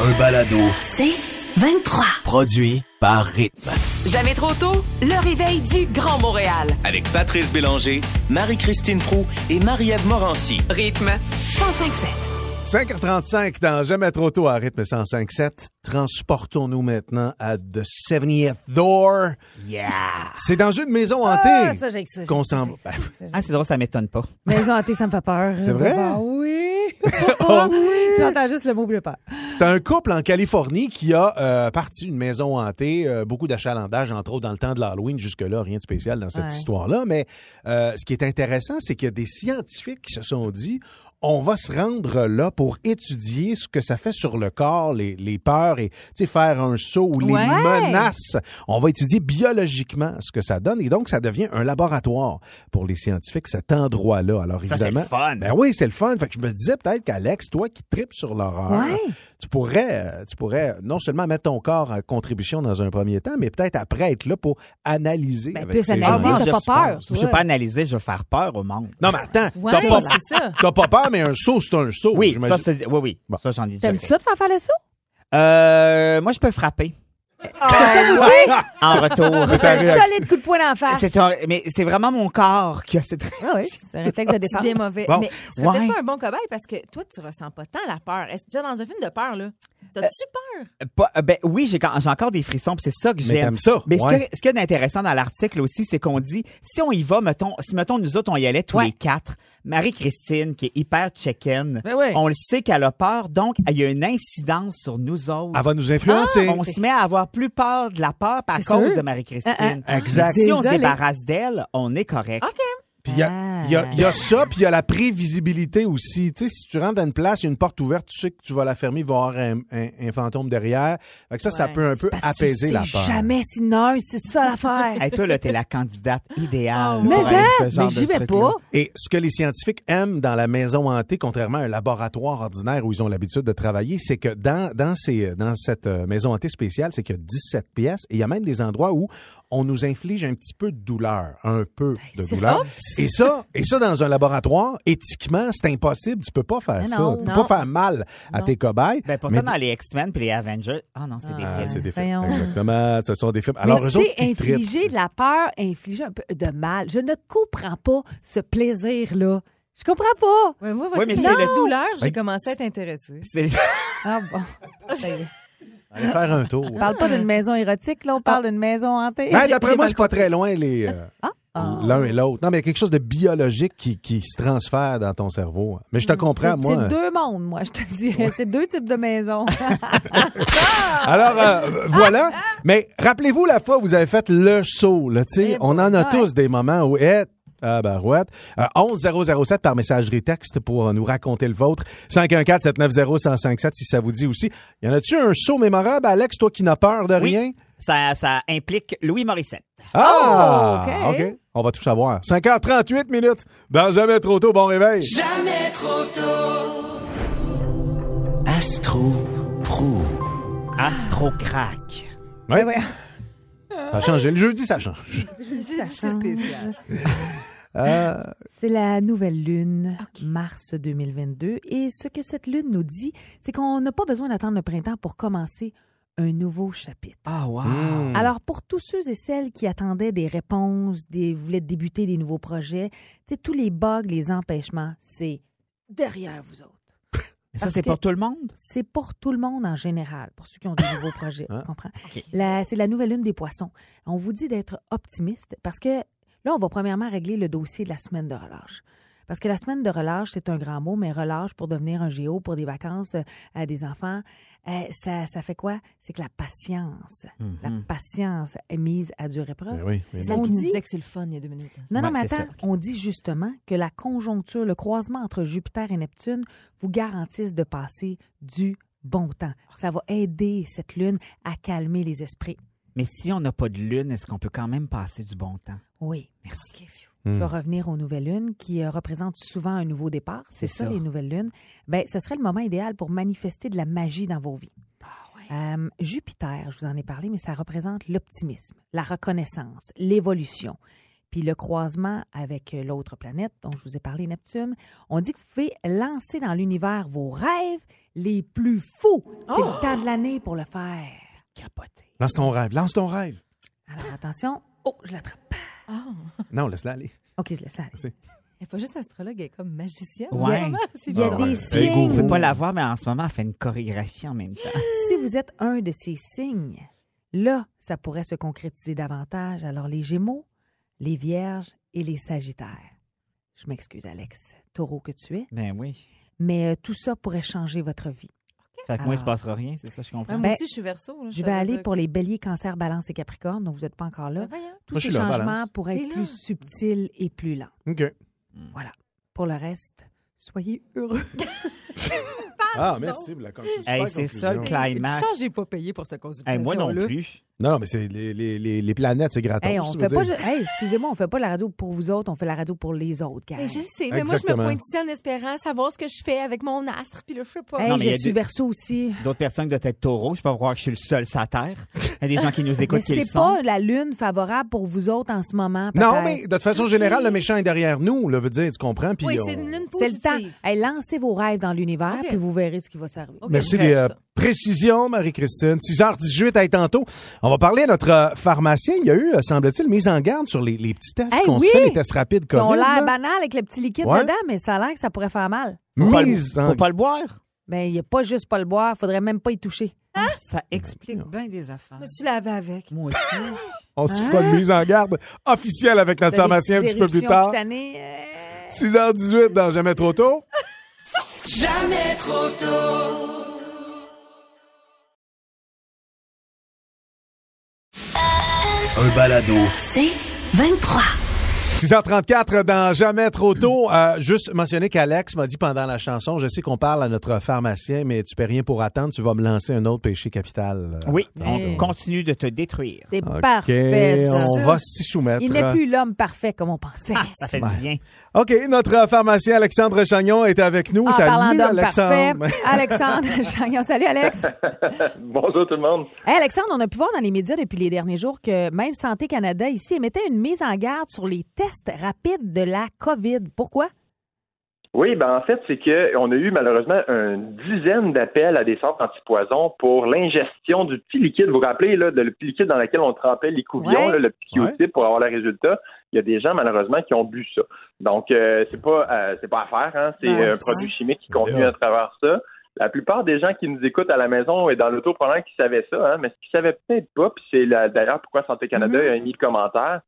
Un balado C'est 23. produit par Rythme. Jamais trop tôt, le réveil du Grand Montréal. avec Patrice Bélanger, Marie-Christine Prou et Marie-Ève Morancy. Rythme 1057. 5h35 dans Jamais trop tôt à rythme 105.7. Transportons-nous maintenant à The 70th Door. Yeah! C'est dans une maison Ah, hantée ça, j'ai que ça. j'ai qu'on que ça, s'en j'ai que ça, va. Ben, j'ai que ça, j'ai Ah, c'est drôle, ça m'étonne pas. que ça. Maison hantée, ça me fait peur. C'est vrai? Ah oui. Ah oui. J'entends juste le mot bleu peur. C'est un couple en Californie qui a euh, parti une maison hantée, euh, beaucoup d'achalandage, entre autres dans le temps de l'Halloween. Jusque-là, rien de spécial dans cette Ouais. histoire-là. Mais euh, ce qui est intéressant, c'est qu'il y a des scientifiques qui se sont dit on va se rendre là pour étudier ce que ça fait sur le corps, les, les peurs et tu sais, faire un saut ou les Ouais. menaces. On va étudier biologiquement ce que ça donne et donc ça devient un laboratoire pour les scientifiques, cet endroit-là. Alors Ça, c'est évidemment. le fun. Ben oui, c'est le fun. Fait que je me disais peut-être qu'Alex, toi qui tripes sur l'horreur, Ouais. tu pourrais, euh, tu pourrais non seulement mettre ton corps en contribution dans un premier temps, mais peut-être après être là pour analyser. Ben, avec plus ces analyser, gens-là. Ah, t'as pas je peur. suppose. Je vais pas analyser, je vais faire peur au monde. Non, mais attends, Ouais, t'as pas, c'est ça. t'as pas peur, mais un saut, c'est un saut. Oui, j'imagine. ça, c'est- oui, oui. Bon. Ça, j'en ai déjà T'aimes fait. ça de faire faire le saut? Euh, moi, je peux frapper. En retour. Ah, C'est un solide coup de poing d'en face. C'est un- mais c'est vraiment mon corps qui a cette. Ah oui, c'est un réflexe de Tu défense. deviens mauvais. Bon. Mais c'est peut-être Ouais. pas un bon cobaye parce que toi, tu ressens pas tant la peur. Est-ce déjà dans un film de peur, là? T'as-tu peur? Pas- euh, ben oui, j'ai quand- j'ai encore des frissons, puis c'est ça que Mais j'aime. t'aimes ça. Mais ce ouais. que- ce qu'il y a d'intéressant dans l'article aussi, c'est qu'on dit, si on y va, mettons, si mettons nous autres, on y allait tous Ouais. les quatre, Marie-Christine, qui est hyper check-in, Ben oui. on le sait qu'elle a peur, donc il y a une incidence sur nous autres. Elle va nous Ah, influencer. on se met à avoir plus peur de la peur à C'est cause sûr. de Marie-Christine. Ah, ah. Exact. Si on se Désolée. débarrasse d'elle, on est correct. Puis il y a, il y a- il y a ça, puis il y a la prévisibilité aussi. Tu sais, si tu rentres dans une place, il y a une porte ouverte, tu sais que tu vas la fermer, il va y avoir un, un- un fantôme derrière. Fait que ça, ça Ouais. peut un peu Parce que tu apaiser sais la peur. Jamais si nurse, c'est ça l'affaire. Hey, toi, là, t'es la candidate idéale. Ah. Mais pour aller ça, ce genre mais de j'y vais truc-là. pas. Et ce que les scientifiques aiment dans la maison hantée, contrairement à un laboratoire ordinaire où ils ont l'habitude de travailler, c'est que dans, dans, ces, dans cette euh, maison hantée spéciale, c'est qu'il y a 17 pièces et il y a même des endroits où on nous inflige un petit peu de douleur, un peu de c'est douleur. Et ça, et ça, dans un laboratoire, éthiquement, c'est impossible. Tu peux pas faire Mais ça. non, tu peux non. pas faire mal à Non. tes cobayes. Ben, pourtant, Mais- dans les X-Men puis les Avengers, ah non, c'est des Ah, Ah, films. c'est des films. Voyons. Exactement. Ce sont des films. Alors, Alors, eux mais tu autres, sais, ils trippent. infliger de la peur, infliger un peu de mal. Je ne comprends pas ce plaisir-là. Je comprends pas. Mais moi, Oui, vois-tu, mais puis c'est la le- douleur, j'ai Ben, commencé à t'intéresser. C'est- Ah bon. Ça y est. Allez faire un tour. On parle pas d'une maison érotique, là, on parle d'une maison hantée. Ben, J'ai- D'après j'ai moi, mal c'est pas très loin les. euh, Ah. L'un et l'autre. Non, mais il y a quelque chose de biologique qui, qui se transfère dans ton cerveau. Mais je te comprends, Mm. C'est moi. deux mondes, moi, je te dirais. C'est deux types de maisons. Alors, euh, voilà. Mais rappelez-vous la fois où vous avez fait le saut, là, tu Eh sais. On en a tous des moments où, eh, ah, barouette. Euh, 11007 par messagerie texte pour euh, nous raconter le vôtre. 514-790-1057 si ça vous dit aussi. Y en a-tu un saut mémorable, Alex, toi qui n'as peur de Oui. rien? ça, ça implique Louis Morissette. Ah! Oh, OK. OK. On va tout savoir. 5h38 minutes dans Jamais trop tôt, bon réveil. Astro Prou. Astrocrac. Ouais. Ça a changé. Le jeudi, ça change. C'est spécial. Euh, C'est la nouvelle lune, mars 2022. Et ce que cette lune nous dit, c'est qu'on n'a pas besoin d'attendre le printemps pour commencer un nouveau chapitre. Ah, wow. hmm. Alors, pour tous ceux et celles qui attendaient des réponses, des, voulaient débuter des nouveaux projets, tu sais, tous les bugs, les empêchements, c'est derrière vous autres. Mais ça, Parce c'est que- pour tout le monde? C'est pour tout le monde en général, pour ceux qui ont des nouveaux projets, Ah, tu comprends? ok. La- c'est la nouvelle lune des poissons. On vous dit d'être optimiste parce que là, on va premièrement régler le dossier de la semaine de relâche. Parce que la semaine de relâche, c'est un grand mot, mais relâche pour devenir un géo, pour des vacances euh, à des enfants, euh, ça, ça fait quoi? C'est que la patience, la patience est mise à dure épreuve. Ben oui, mais C'est non. celle On qui nous dit- disait que c'est le fun il y a deux minutes. Non, non, Ouais, mais c'est attends, on dit justement que la conjoncture, le croisement entre Jupiter et Neptune vous garantissent de passer du bon temps. Ça va aider cette lune à calmer les esprits. Mais si on n'a pas de lune, est-ce qu'on peut quand même passer du bon temps? Oui, merci. Hmm. Je vais revenir aux nouvelles lunes qui euh, représentent souvent un nouveau départ. C'est C'est ça, ça. les nouvelles lunes. Ben, ce serait le moment idéal pour manifester de la magie dans vos vies. Euh, Jupiter, je vous en ai parlé, mais ça représente l'optimisme, la reconnaissance, l'évolution. Puis le croisement avec euh, l'autre planète dont je vous ai parlé, Neptune, on dit que vous pouvez lancer dans l'univers vos rêves, les plus fous. C'est le temps de l'année pour le faire. Capoté. Lance ton rêve. Lance ton rêve. Alors attention. Oh, je l'attrape. Non, laisse-la aller. OK, je laisse aller. Elle n'est pas juste astrologue, elle est comme magicienne. Ouais. En ce moment, c'est Il y a bizarre. des Hey, go. On ne signes. peut pas la voir, mais en ce moment, elle fait une chorégraphie en même temps. Si vous êtes un de ces signes, là, ça pourrait se concrétiser davantage. Alors, les Gémeaux, les Vierges et les Sagittaires. Je m'excuse, Alex, taureau que tu es, Ben oui. mais euh, tout ça pourrait changer votre vie. Fait que moi, Alors- il se passera rien, c'est ça, je comprends. Ouais, moi Ben, aussi, je suis verso. là, Je ça vais veut aller dire pour les béliers, cancer, balance et capricorne, donc vous n'êtes pas encore que- Ben, là. Voyons. Tous Moi, je ces suis là, changements Balance. pourraient T'es être là. plus subtils et plus lents. OK. Pour le reste, soyez heureux. Ah, merci pour la conclusion. Hey, Super c'est ça le conclusion. climax. Change, j'ai pas payé pour cette Ah, consultation. Hey, moi non plus. Non, non, mais c'est les, les, les, les planètes, c'est gratos. Hey, ça on veut fait pas, dire. ju- hey, excusez-moi, on fait pas la radio pour vous autres, on fait la radio pour les autres, gang. je le sais, mais moi, je Exactement. me pointe ici en espérant savoir ce que je fais avec mon astre, puis là, je sais pas. Hey, Non, mais il y je a suis des- verso aussi. D'autres personnes doivent être taureaux. Je peux pas croire que je suis le seul sur la Terre. Il y a des gens qui nous Mais écoutent qui le c'est sont. pas la lune favorable pour vous autres en ce moment. Non, peut-être. mais de toute façon générale, le méchant est derrière nous, là, veut dire, tu comprends? Puis oui, on- c'est une lune C'est le positive. temps. Hey, lancez vos rêves dans l'univers, Ok. puis vous verrez ce qui va s'arriver. Ok, Merci je des fais euh, ça. précisions, Marie-Christine. 6h18 à tantôt. On va parler à notre euh, pharmacien. Il y a eu, euh, semble-t-il, mise en garde sur les, les petits tests Hey, qu'on oui! se fait, les tests rapides Ils ont COVID. l'air là. banal avec le petit liquide Ouais. dedans, mais ça a l'air que ça pourrait faire mal. Faut pas le- Mise en Faut pas le boire. Ben, il n'y a pas juste pas le boire, faudrait même pas y toucher. Ça explique bien des affaires. Je me suis lavée avec. Moi aussi. On se fera Ah! une mise en garde officielle avec notre pharmacien un petit peu plus Éruption tard. cutanée, euh, 6h18 dans Jamais trop tôt. Un balado. 23. 6h34 dans Jamais trop tôt. Euh, juste mentionner qu'Alex m'a dit pendant la chanson, je sais qu'on parle à notre pharmacien, mais tu peux rien pour attendre, tu vas me lancer un autre péché capital. Euh, Oui, tantôt. on continue de te détruire. C'est OK, parfait, ça. on va s'y soumettre. Il n'est plus l'homme parfait comme on pensait. Ça fait Ouais. du bien. OK, notre pharmacien Alexandre Chagnon est avec nous. en parlant Salut, d'homme parfait, Alexandre. Alexandre Chagnon. Salut, Alex. Bonjour tout le monde. Hey, Alexandre, on a pu voir dans les médias depuis les derniers jours que même Santé Canada ici émettait une mise en garde sur les tests rapides de la COVID. Pourquoi? Oui, ben en fait, c'est que on a eu malheureusement une dizaine d'appels à des centres antipoison pour l'ingestion du petit liquide. Vous vous rappelez là, de le petit liquide dans lequel on trempait les couvillons, Ouais. là, le petit Ouais. Q-tip pour avoir le résultat. Il y a des gens malheureusement qui ont bu ça. Donc euh, c'est pas euh, c'est pas à faire. Hein. C'est Ben, un produit chimique qui Mais contenu là. à travers ça. La plupart des gens qui nous écoutent à la maison et dans l'auto, probablement qui savaient ça, hein, mais ce qu'ils savaient peut-être pas, puis c'est la- d'ailleurs pourquoi Santé Canada Mm-hmm. a mis le commentaire,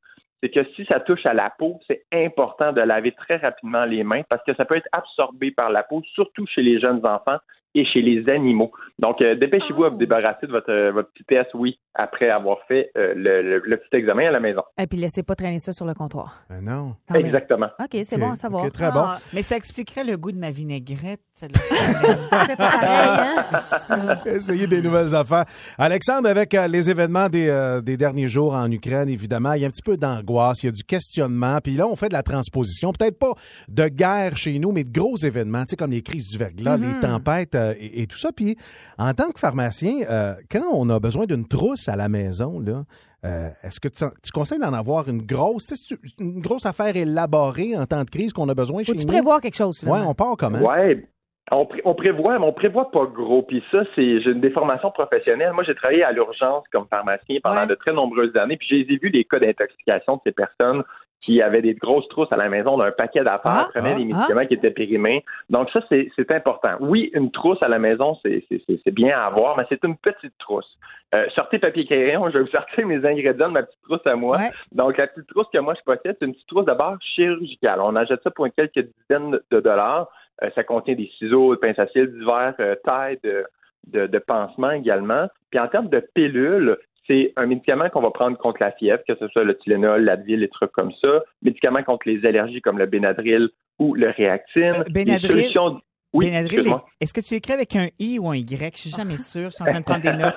c'est que si ça touche à la peau, c'est important de laver très rapidement les mains parce que ça peut être absorbé par la peau, surtout chez les jeunes enfants et chez les animaux. Donc, euh, dépêchez-vous à vous Oh. débarrasser de votre, euh, votre petit test, oui, après avoir fait euh, le, le- le petit examen à la maison. Et Euh, puis laissez pas traîner ça sur le comptoir. Ben non. Quand même. Exactement. OK, c'est bon à savoir. OK, très bon. Ah, mais ça expliquerait le goût de ma vinaigrette. celle-là. C'était pas pareil, hein? Essayez des nouvelles affaires. Alexandre, avec euh, les événements des, euh, des derniers jours en Ukraine, évidemment, il y a un petit peu d'angoisse, il y a du questionnement. Puis là, on fait de la transposition. Peut-être pas de guerre chez nous, mais de gros événements, tu sais, comme les crises du verglas, Mm-hmm. les tempêtes euh, et, et tout ça. Puis en tant que pharmacien, euh, quand on a besoin d'une trousse à la maison, là, euh, est-ce que tu, tu conseilles d'en avoir une grosse, tu sais, c'est une grosse affaire élaborée en temps de crise qu'on a besoin chez Faut-tu nous? prévoir quelque chose? Ouais, finalement? on part comment? Ouais. On, pré- on prévoit, mais on prévoit pas gros. Puis ça, c'est j'ai une déformation professionnelle. Moi, j'ai travaillé à l'urgence comme pharmacien pendant Ouais. de très nombreuses années. Puis j'ai vu les cas d'intoxication de ces personnes qui avaient des grosses trousses à la maison d'un paquet Ah, d'affaires, prenaient ah, des médicaments qui étaient périmés. Donc ça, c'est c'est important. Oui, une trousse à la maison, c'est c'est- c'est- c'est bien à avoir, mais c'est une petite trousse. Euh, sortez papier et crayon, je vais vous sortir mes ingrédients de ma petite trousse à moi. Ouais. Donc, la petite trousse que moi je possède, c'est une petite trousse d'abord chirurgicale. On achète ça pour quelques dizaines de dollars. Euh, ça contient des ciseaux, des pinces à cils, divers euh, tailles de, de, de pansements également. Puis en termes de pilules, c'est un médicament qu'on va prendre contre la fièvre, que ce soit le Tylenol, l'Advil, les trucs comme ça. Médicaments contre les allergies comme le Benadryl ou le Réactine. Euh, Benadryl- Des solutions- Oui, Benadryl, excuse-moi. est-ce que tu écris avec un I ou un Y? Je suis jamais sûre. Je suis en train de prendre des notes.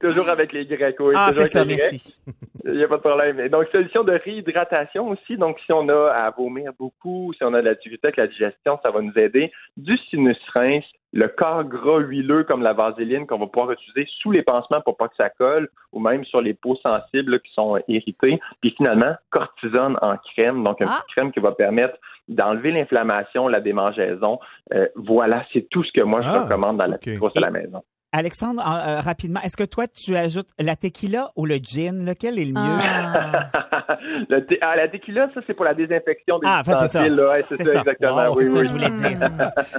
toujours avec les Grecs, oui. ah, toujours c'est avec ça, les Grecs. merci. Il n'y a pas de problème. Et donc, solution de réhydratation aussi. Donc, si on a à vomir beaucoup, si on a de la difficulté avec la digestion, ça va nous aider. Du sinus rince, le corps gras huileux comme la vaseline qu'on va pouvoir utiliser sous les pansements pour pas que ça colle ou même sur les peaux sensibles là, qui sont euh, irritées. Puis finalement, cortisone en crème. Donc, une Ah. petite crème qui va permettre d'enlever l'inflammation, la démangeaison. Euh, voilà, c'est tout ce que moi je Ah, recommande dans la ok. petite course à la maison. Alexandre, en- euh, rapidement, est-ce que toi, tu ajoutes la tequila ou le gin? Lequel est le mieux? Ah. Le thé- ah, la tequila, ça c'est pour la désinfection des Ah, en fait, c'est ustensiles, là. Ouais, c'est ça, exactement. Wow, oui, c'est ça, oui. je voulais dire.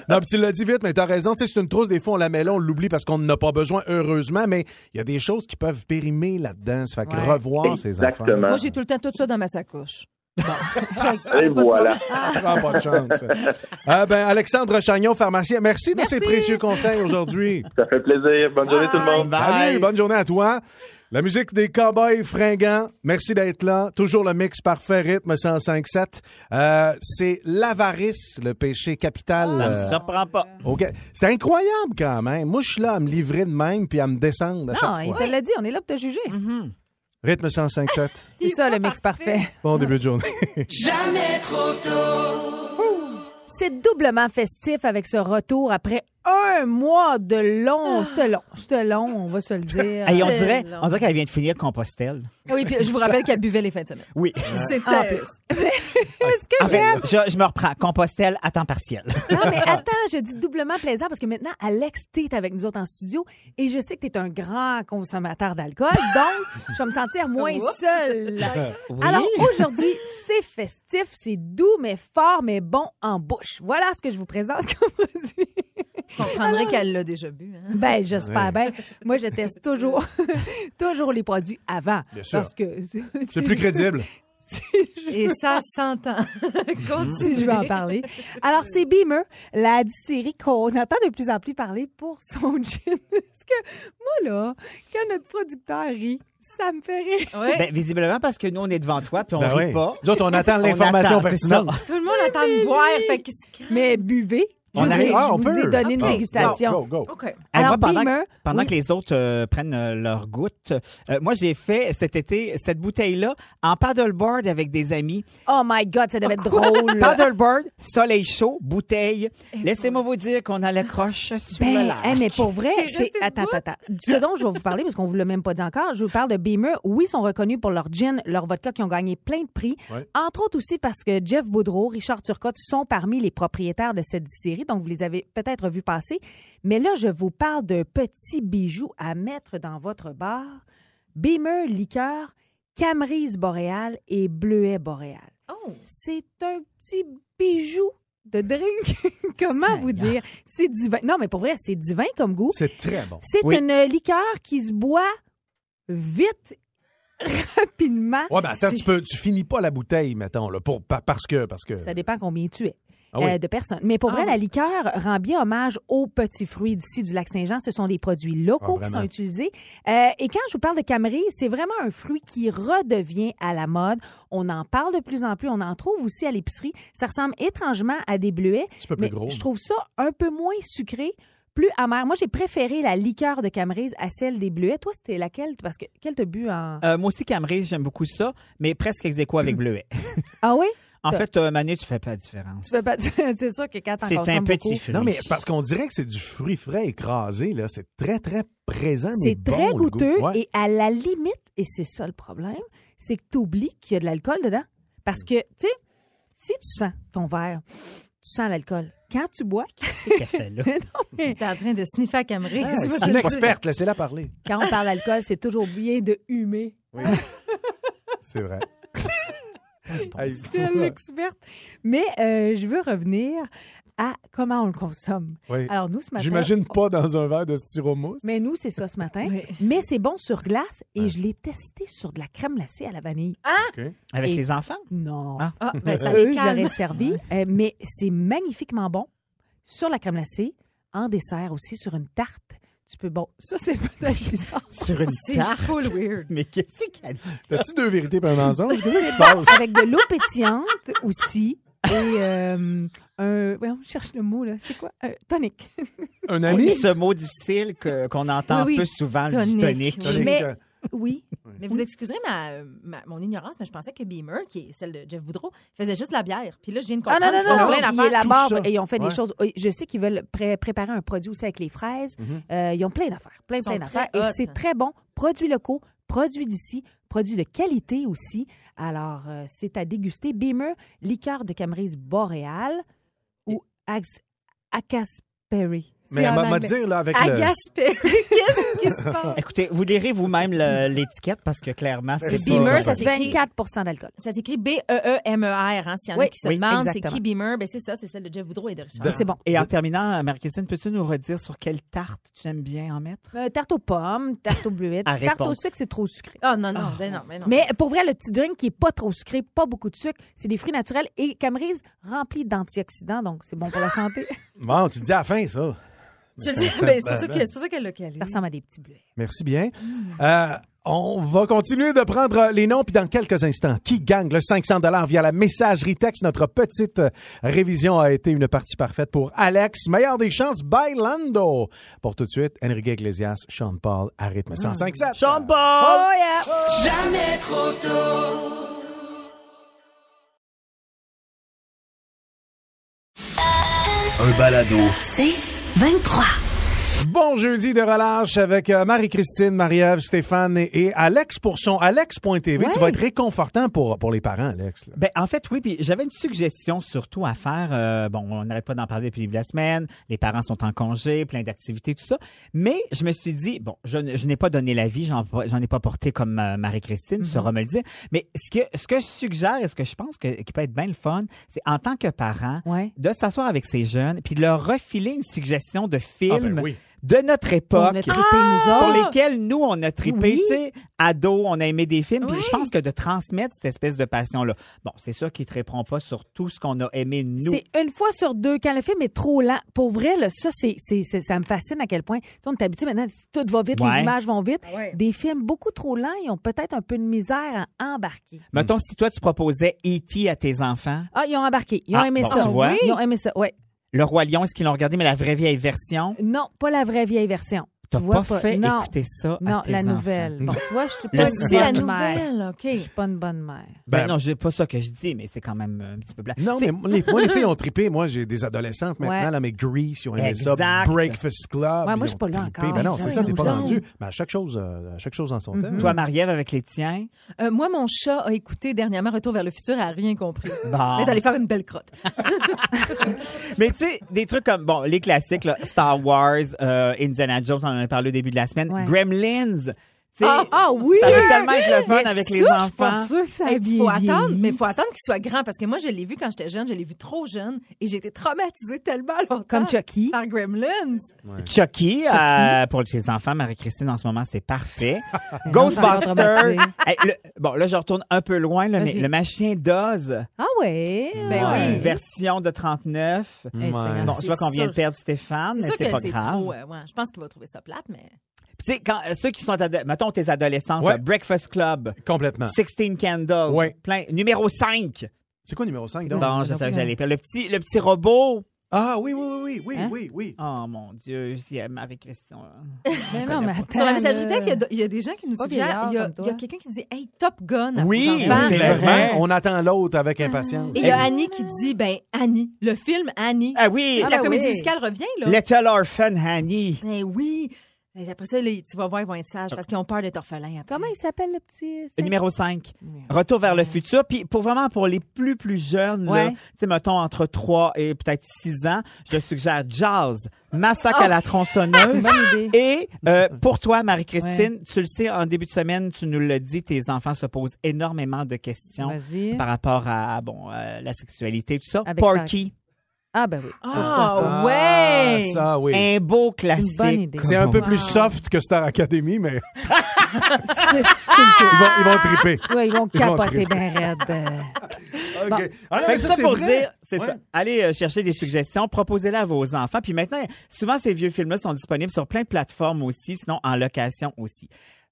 Non, puis tu l'as dit vite, mais t'as raison. Tu sais, c'est une trousse. Des fois, on la met là, on l'oublie parce qu'on n'a pas besoin, heureusement. Mais il y a des choses qui peuvent périmer là-dedans. Ça fait que Ouais. revoir ces affaires. Exactement. Moi, j'ai tout le temps tout ça dans ma sacoche. Bon. Et voilà. Je prends pas de chance. Ah, ben, Alexandre Chagnon, pharmacien, merci de ces précieux conseils aujourd'hui. Ça fait plaisir. Bonne journée tout le monde. Salut, bonne journée à toi. La musique des Cowboys fringants. Merci d'être là. Toujours le mix parfait, rythme 105.7. Euh, c'est l'avarice, le péché capital. Ça me euh, surprend pas. OK. C'est incroyable quand même. Moi, je suis là à me livrer de même puis à me descendre Non, à chaque Ah, il fois. te l'a dit, on est là pour te juger. Rythme 105.7. C'est ça le mix parfait. Bon début de journée. C'est doublement festif avec ce retour après un mois de long. C'était long, c'était long, on va se le dire. Hey, on c'est dirait, long. on dirait qu'elle vient de finir Compostelle. Oui, puis je vous rappelle qu'elle buvait les fins de semaine. Oui. C'était En plus. Est-ce que Ah, ben, En fait, j'aime? Ah, ben, je, je me reprends. Compostelle à temps partiel. Non, mais attends, je dis doublement plaisant parce que maintenant, Alex, t'es avec nous autres en studio et je sais que t'es un grand consommateur d'alcool, donc je vais me sentir moins Oups. seule. Alors aujourd'hui, c'est festif, c'est doux, mais fort, mais bon en bouche. Voilà ce que je vous présente comme produit. Vous comprendrez qu'elle l'a déjà bu. hein. Ben, j'espère bien. Moi, je teste toujours, toujours les produits avant. Bien sûr. Parce que C'est plus crédible. Et ça s'entend. si je Continue. veux en parler. Alors, c'est Beamer, la distillerie qu'on entend de plus en plus parler pour son gin. Parce que moi, là, quand notre producteur rit, ça me fait rire. Ouais. Ben, visiblement parce que nous, on est devant toi, puis on ne Ben rit oui. pas. Nous autres, on attend On l'information attend, c'est pertinente. ça. Tout le monde attend de boire. Fait qu'il se crie. Mais buvez. Je On vous arrive. ai- Ah, on je vous ai peut. donné une Ok. dégustation. Go, go, go. OK. Hey, Alors, moi, pendant, Beamer, pendant oui. que les autres euh, prennent euh, leur goutte, euh, moi, j'ai fait cet été cette bouteille-là en paddleboard avec des amis. Oh my God, ça Ah, devait être drôle. là. Paddleboard, soleil chaud, bouteille. Laissez-moi vous dire qu'on a la croche sur le Ben, large. hey, mais pour vrai, c'est resté attends, debout? attends, attends. Ce dont je vais vous parler, parce qu'on vous l'a même pas dit encore, je vous parle de Beamer. Oui, ils sont reconnus pour leur gin, leur vodka, qui ont gagné plein de prix. Ouais. Entre autres aussi parce que Jeff Boudreau, Richard Turcotte sont parmi les propriétaires de cette série, donc vous les avez peut-être vus passer. Mais là, je vous parle d'un petit bijou à mettre dans votre bar. Beamer liqueur, Camerise boréale et Bleuet boréal. Oh. C'est un petit bijou de drink. Comment vous dire? C'est divin. Non, mais pour vrai, c'est divin comme goût. C'est très bon. C'est Oui. une liqueur qui se boit vite, rapidement. Ouais, ben attends, C'est- tu, peux, tu finis pas la bouteille, mettons, là, pour, pa- parce que. Parce que Ça dépend combien tu es. Ah oui. euh, de personnes. Mais pour Ah vrai, oui. la liqueur rend bien hommage aux petits fruits d'ici du lac Saint-Jean. Ce sont des produits locaux Ah, qui vraiment? sont utilisés. Euh, et quand je vous parle de Camerise, c'est vraiment un fruit qui redevient à la mode. On en parle de plus en plus. On en trouve aussi à l'épicerie. Ça ressemble étrangement à des bleuets. petit peu plus Mais gros. je trouve ça un peu moins sucré, plus amer. Moi, j'ai préféré la liqueur de Camerise à celle des bleuets. Toi, c'était laquelle? Parce que, quelle t'as bu en... Euh, moi aussi, Camry, j'aime beaucoup ça, mais presque ex aequo avec Bleuet. Ah oui? En fait, euh, Mané, tu fais pas la différence. Tu peux pas- C'est sûr que quand t'en C'est un consommes petit beaucoup- fruit. Non, mais c'est parce qu'on dirait que c'est du fruit frais écrasé, là. C'est très, très présent. mais C'est bon, très le goût. goûteux Ouais. et à la limite, et c'est ça le problème, c'est que tu oublies qu'il y a de l'alcool dedans. Parce que, tu sais, si tu sens ton verre, tu sens l'alcool. Quand tu bois, C'est qu'elle fait, là. T'es en train de sniffer à Camry. Ah, c'est une experte, laissez-la parler. quand on parle d'alcool, c'est toujours bien de humer. C'est vrai. Hey, C'est l'experte. Mais euh, je veux revenir à comment on le consomme. oui. Alors nous, ce matin... J'imagine pas dans un verre de styromousse. Ah, Mais nous, c'est ça ce matin. Oui. Mais c'est bon sur glace et Ouais. je l'ai testé sur de la crème glacée à la vanille. Avec Et- les enfants. Non. Ah. Ah, ben, ça eux, les je leur ai calme. servi. Euh, mais c'est magnifiquement bon sur la crème glacée, en dessert aussi, sur une tarte. Tu peux, bon, ça c'est peut-être bizarre. Sur une C'est tarte. full weird. Mais qu'est-ce qu'elle dit? T'as-tu deux vérités et un mensonge? Qu'est-ce qui se passe? Avec de l'eau pétillante aussi. Et euh, un. ouais, on cherche le mot, là. C'est quoi? Un tonic. Un Oui, ami? ce mot difficile que- qu'on entend Oui, oui. peu souvent, Tonique. le du tonique. Oui. Tonique, Mais- euh, Oui. Mais vous excuserez ma, ma- mon ignorance, mais je pensais que Beamer, qui est celle de Jeff Boudreau, faisait juste la bière. Puis là, je viens de Ah non, comprendre. non, qu'ils font non, plein non, d'affaires. ils élaborent Tout ça. et ils ont fait Ouais. des choses. Je sais qu'ils veulent pré- préparer un produit aussi avec les fraises. Mhm. Euh, ils ont plein d'affaires, plein, Ils plein sont d'affaires. très Et hot. c'est très bon. Produits locaux, produits d'ici, Produit de qualité aussi. Alors, euh, c'est à déguster. Beamer, liqueur de Camerise boréale ou Ax- Acasperry. C'est Mais en elle m'a m'a anglais. dire, là, avec le. Agasperry, qu'est-ce qui se passe? Écoutez, vous lirez vous-même le- l'étiquette parce que clairement, c'est C'est Beamer, ça. ça s'écrit 24 d'alcool. Ça s'écrit E B-E-E-M-E-R, hein, s'il y en a Oui, qui se oui, demandent c'est exactement. qui Beamer, ben c'est ça, c'est celle de Jeff Boudreau et de Richard. Ça, C'est bon. Et en terminant, Marie-Christine, peux-tu nous redire sur quelle tarte tu aimes bien en mettre? Euh, tarte aux pommes, tarte aux bleuettes, Arrête tarte au donc. sucre, c'est trop sucré. Ah non, non, ben non, ben non. Mais pour vrai, le petit drink qui est pas trop sucré, pas beaucoup de sucre, c'est des fruits naturels et Camerise rempli d'antioxydants, donc c'est bon pour la santé. Bon, tu le dis à la fin, ça. Tu le dis, ben, c'est pour ça que- c'est pour ça qu'elle l'a calé. Ça ressemble à des petits bleuets. Merci bien. Mm. Euh, on va continuer de prendre euh, les noms, puis dans quelques instants, qui gagne le 500 via la messagerie texte? Notre petite euh, révision a été une partie parfaite pour Alex. Meilleure des chances, Bailando. Pour tout de suite, Enrique Iglesias, Sean Paul, à Ah. rythme 105 Sean Paul! Oh, Oh, Un balado. C'est 23. Bon jeudi de relâche avec euh, Marie-Christine, Marie-Ève, Stéphane et, et Alex pour son Alex.tv. Tu vas être réconfortant pour, pour les parents, Alex. là. Ben, en fait, oui, puis j'avais une suggestion surtout à faire. Euh, bon, on n'arrête pas d'en parler depuis le début de la semaine. Les parents sont en congé, plein d'activités, tout ça. Mais je me suis dit, bon, je, n- je n'ai pas donné l'avis, j'en j'en ai pas porté comme euh, Marie-Christine, Mhm. tu sauras me le dire. Mais ce que, ce que je suggère et ce que je pense que, qui peut être bien le fun, c'est en tant que parent, oh. Ouais. de s'asseoir avec ces jeunes puis de leur refiler une suggestion de film ben oui. de notre époque On a trippé, Ah! nous sur autres. lesquels nous, on a trippé, Ah! Oui. tu sais, ado, on a aimé des films, puis je pense que de transmettre cette espèce de passion-là. Bon, c'est sûr qu'ils ne te répondront pas sur tout ce qu'on a aimé, nous. C'est une fois sur deux. Quand le film est trop lent, pour vrai, là, ça, c'est, c'est- c'est- ça me fascine à quel point. Tu sais, on est habitué maintenant, tout va vite, Ouais. les images vont vite. Ah Ouais. Des films beaucoup trop lents, ils ont peut-être un peu de misère à embarquer. Mettons, si toi, tu proposais E.T. à tes enfants, Ah, ils ont embarqué. Ils ont Ah, aimé bon, ça. tu vois. Ils ont aimé ça, ouais. Le Roi Lion, est-ce qu'ils l'ont regardé, mais la vraie vieille version, Non, pas la vraie vieille version. t'as tu vois pas fait Non, écouter ça à non tes la enfants. nouvelle. Bon, tu vois, je suis Le pas la une bonne cirque. mère. nouvelle, OK. Je suis pas une bonne mère. Ben, Ben, non, j'ai pas ça que je dis, mais c'est quand même euh, un petit peu blanc. Non, mais moi, les, moi, les filles ont trippé. Moi, j'ai des adolescentes maintenant, Ouais. là, mais Grease, ils ont aimé ça. Exact. Breakfast Club. Ouais, moi, ils je suis ont pas là trippé. encore. Ben non, c'est ça, t'es pas Voyons donc. rendu. Mais à chaque chose, euh, à chaque chose en son temps. Mm. Toi, Marie-Ève, avec les tiens, Euh, moi, mon chat a écouté dernièrement Retour vers le futur et a rien compris. Bon. Elle est allée faire une belle crotte. Mais tu sais, des trucs comme, bon, les classiques, là, Star Wars, euh, Indiana Jones, on en a parlé au début de la semaine, Ouais. Gremlins. tu sais, Ah, ah oui! Ça va tellement être le fun Mais avec ça, les Je suis pas enfants. sûre que ça a Il bien faut attendre, vieilli. mais il faut attendre qu'il soit grand parce que moi, je l'ai vu quand j'étais jeune, je l'ai vu trop jeune et j'ai été traumatisée tellement longtemps. Comme Chucky. Par Gremlins. Chucky, euh, pour ses enfants, Marie-Christine, en ce moment, c'est parfait. non, ça va Ghostbusters. traumatiser. Hey, le- bon, là, je retourne un peu loin, là, mais Vas-y. le machin d'Oz, Ah ouais? Ben euh, oui. version de 39. Eh, Seigneur. Bon, je vois qu'on vient de sûr. perdre Stéphane, mais Ah, C'est sûr c'est que pas c'est grave. trop. euh, ouais, je pense qu'il va trouver ça plate, mais. Puis, Tu sais, quand euh, ceux qui sont, ado- mettons, tes adolescents, Ouais. Breakfast Club, Complètement. 16 Candles, Ouais. plein, numéro 5. C'est quoi numéro 5, donc? Bon, je savais que j'allais perdre. Le petit, le petit robot. Ah oui, oui, oui, oui, oui, oui, oui. Oh mon Dieu, si elle avec Christian. Mais non, mais attends, Sur la messagerie là. texte, il y a de- il y, a des gens qui nous Pas suggèrent. vieillard Il y a, comme toi. il y a quelqu'un qui dit Hey, Top Gun. à Oui, vos enfants. c'est Et vrai. Clairement, on attend l'autre avec impatience. il y a Annie qui dit Ben, Annie, le film Annie. Ah Tu oui, sais, Ah la ben comédie oui. musicale revient, là. Little Orphan Honey. Mais oui. Mais après ça, là, tu vas voir, ils vont être sages parce qu'ils ont peur d'être orphelins. après. Comment il s'appelle le petit? euh, Le c'est- Numéro 5. Retour vers le futur. Puis pour vraiment pour les plus plus jeunes, là, Ouais. tu sais, mettons entre 3 et peut-être 6 ans, je suggère Jazz, Massacre à la Oh! C'est une tronçonneuse. bonne idée. Et euh, pour toi, Marie-Christine, tu le sais, en début de semaine, tu nous le dis, tes enfants se posent énormément de questions Vas-y. Ah. par rapport à bon euh, la sexualité, tout ça. Avec Porky. Ah ben oui. Ah, ouais! Ah, ça, oui. Un beau classique. Une bonne idée. C'est un peu plus soft que Star Academy, mais ils vont, ils vont triper. Ouais, ils vont Ils vont capoter triper. bien raide. euh. OK. Bon. Ah, non, Fait mais que ça, pour vrai. dire, c'est Ouais. ça. Allez euh, chercher des suggestions, proposez-les à vos enfants. Puis maintenant, souvent ces vieux films-là sont disponibles sur plein de plateformes aussi, sinon en location aussi.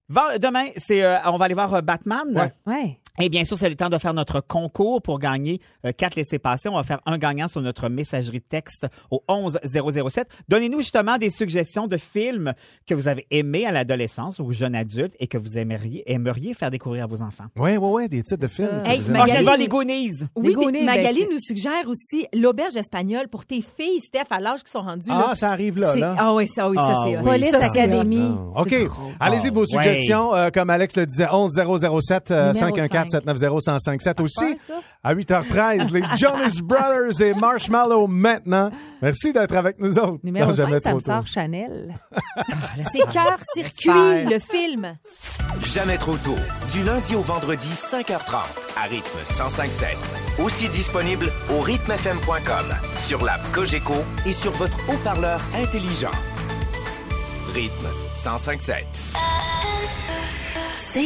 Ven- Demain, c'est euh, on va aller voir euh, Batman. Ouais. Ouais. Et bien sûr, c'est le temps de faire notre concours pour gagner euh, quatre laissés-passer. On va faire un gagnant sur notre messagerie texte au 11007. Donnez-nous justement des suggestions de films que vous avez aimés à l'adolescence ou jeune adulte et que vous aimeriez, aimeriez faire découvrir à vos enfants. Oui, oui, oui, des titres de films. Hey, Vous je aimez- Magali- Magali... les Goonies. Oui, Goonies, mais ben, Magali c'est- nous suggère aussi l'auberge espagnole pour tes filles, Steph, à l'âge qu'ils sont rendus. Ah, là. ça arrive là, C'est- là. Ah oui, ça, oui, ça, Ah c'est oui. Police Ça, c'est Academy. Non. OK. C'est trop. Allez-y de vos ouais. suggestions. euh, comme Alex le disait, 11007 euh, Numéro 514-790-1057 aussi. À 8h13, les Jonas Brothers et Marshmallow maintenant. Merci d'être avec nous autres. Numéro Non, 5, jamais ça trop me tôt. sort Chanel. Ah, Ah, C'est cœur circuit, le film. Jamais trop tôt. Du lundi au vendredi, 5h30, à rythme 105.7. Aussi disponible au rythmefm.com, sur l'app Cogeco et sur votre haut-parleur intelligent. Rythme 105.7. C'est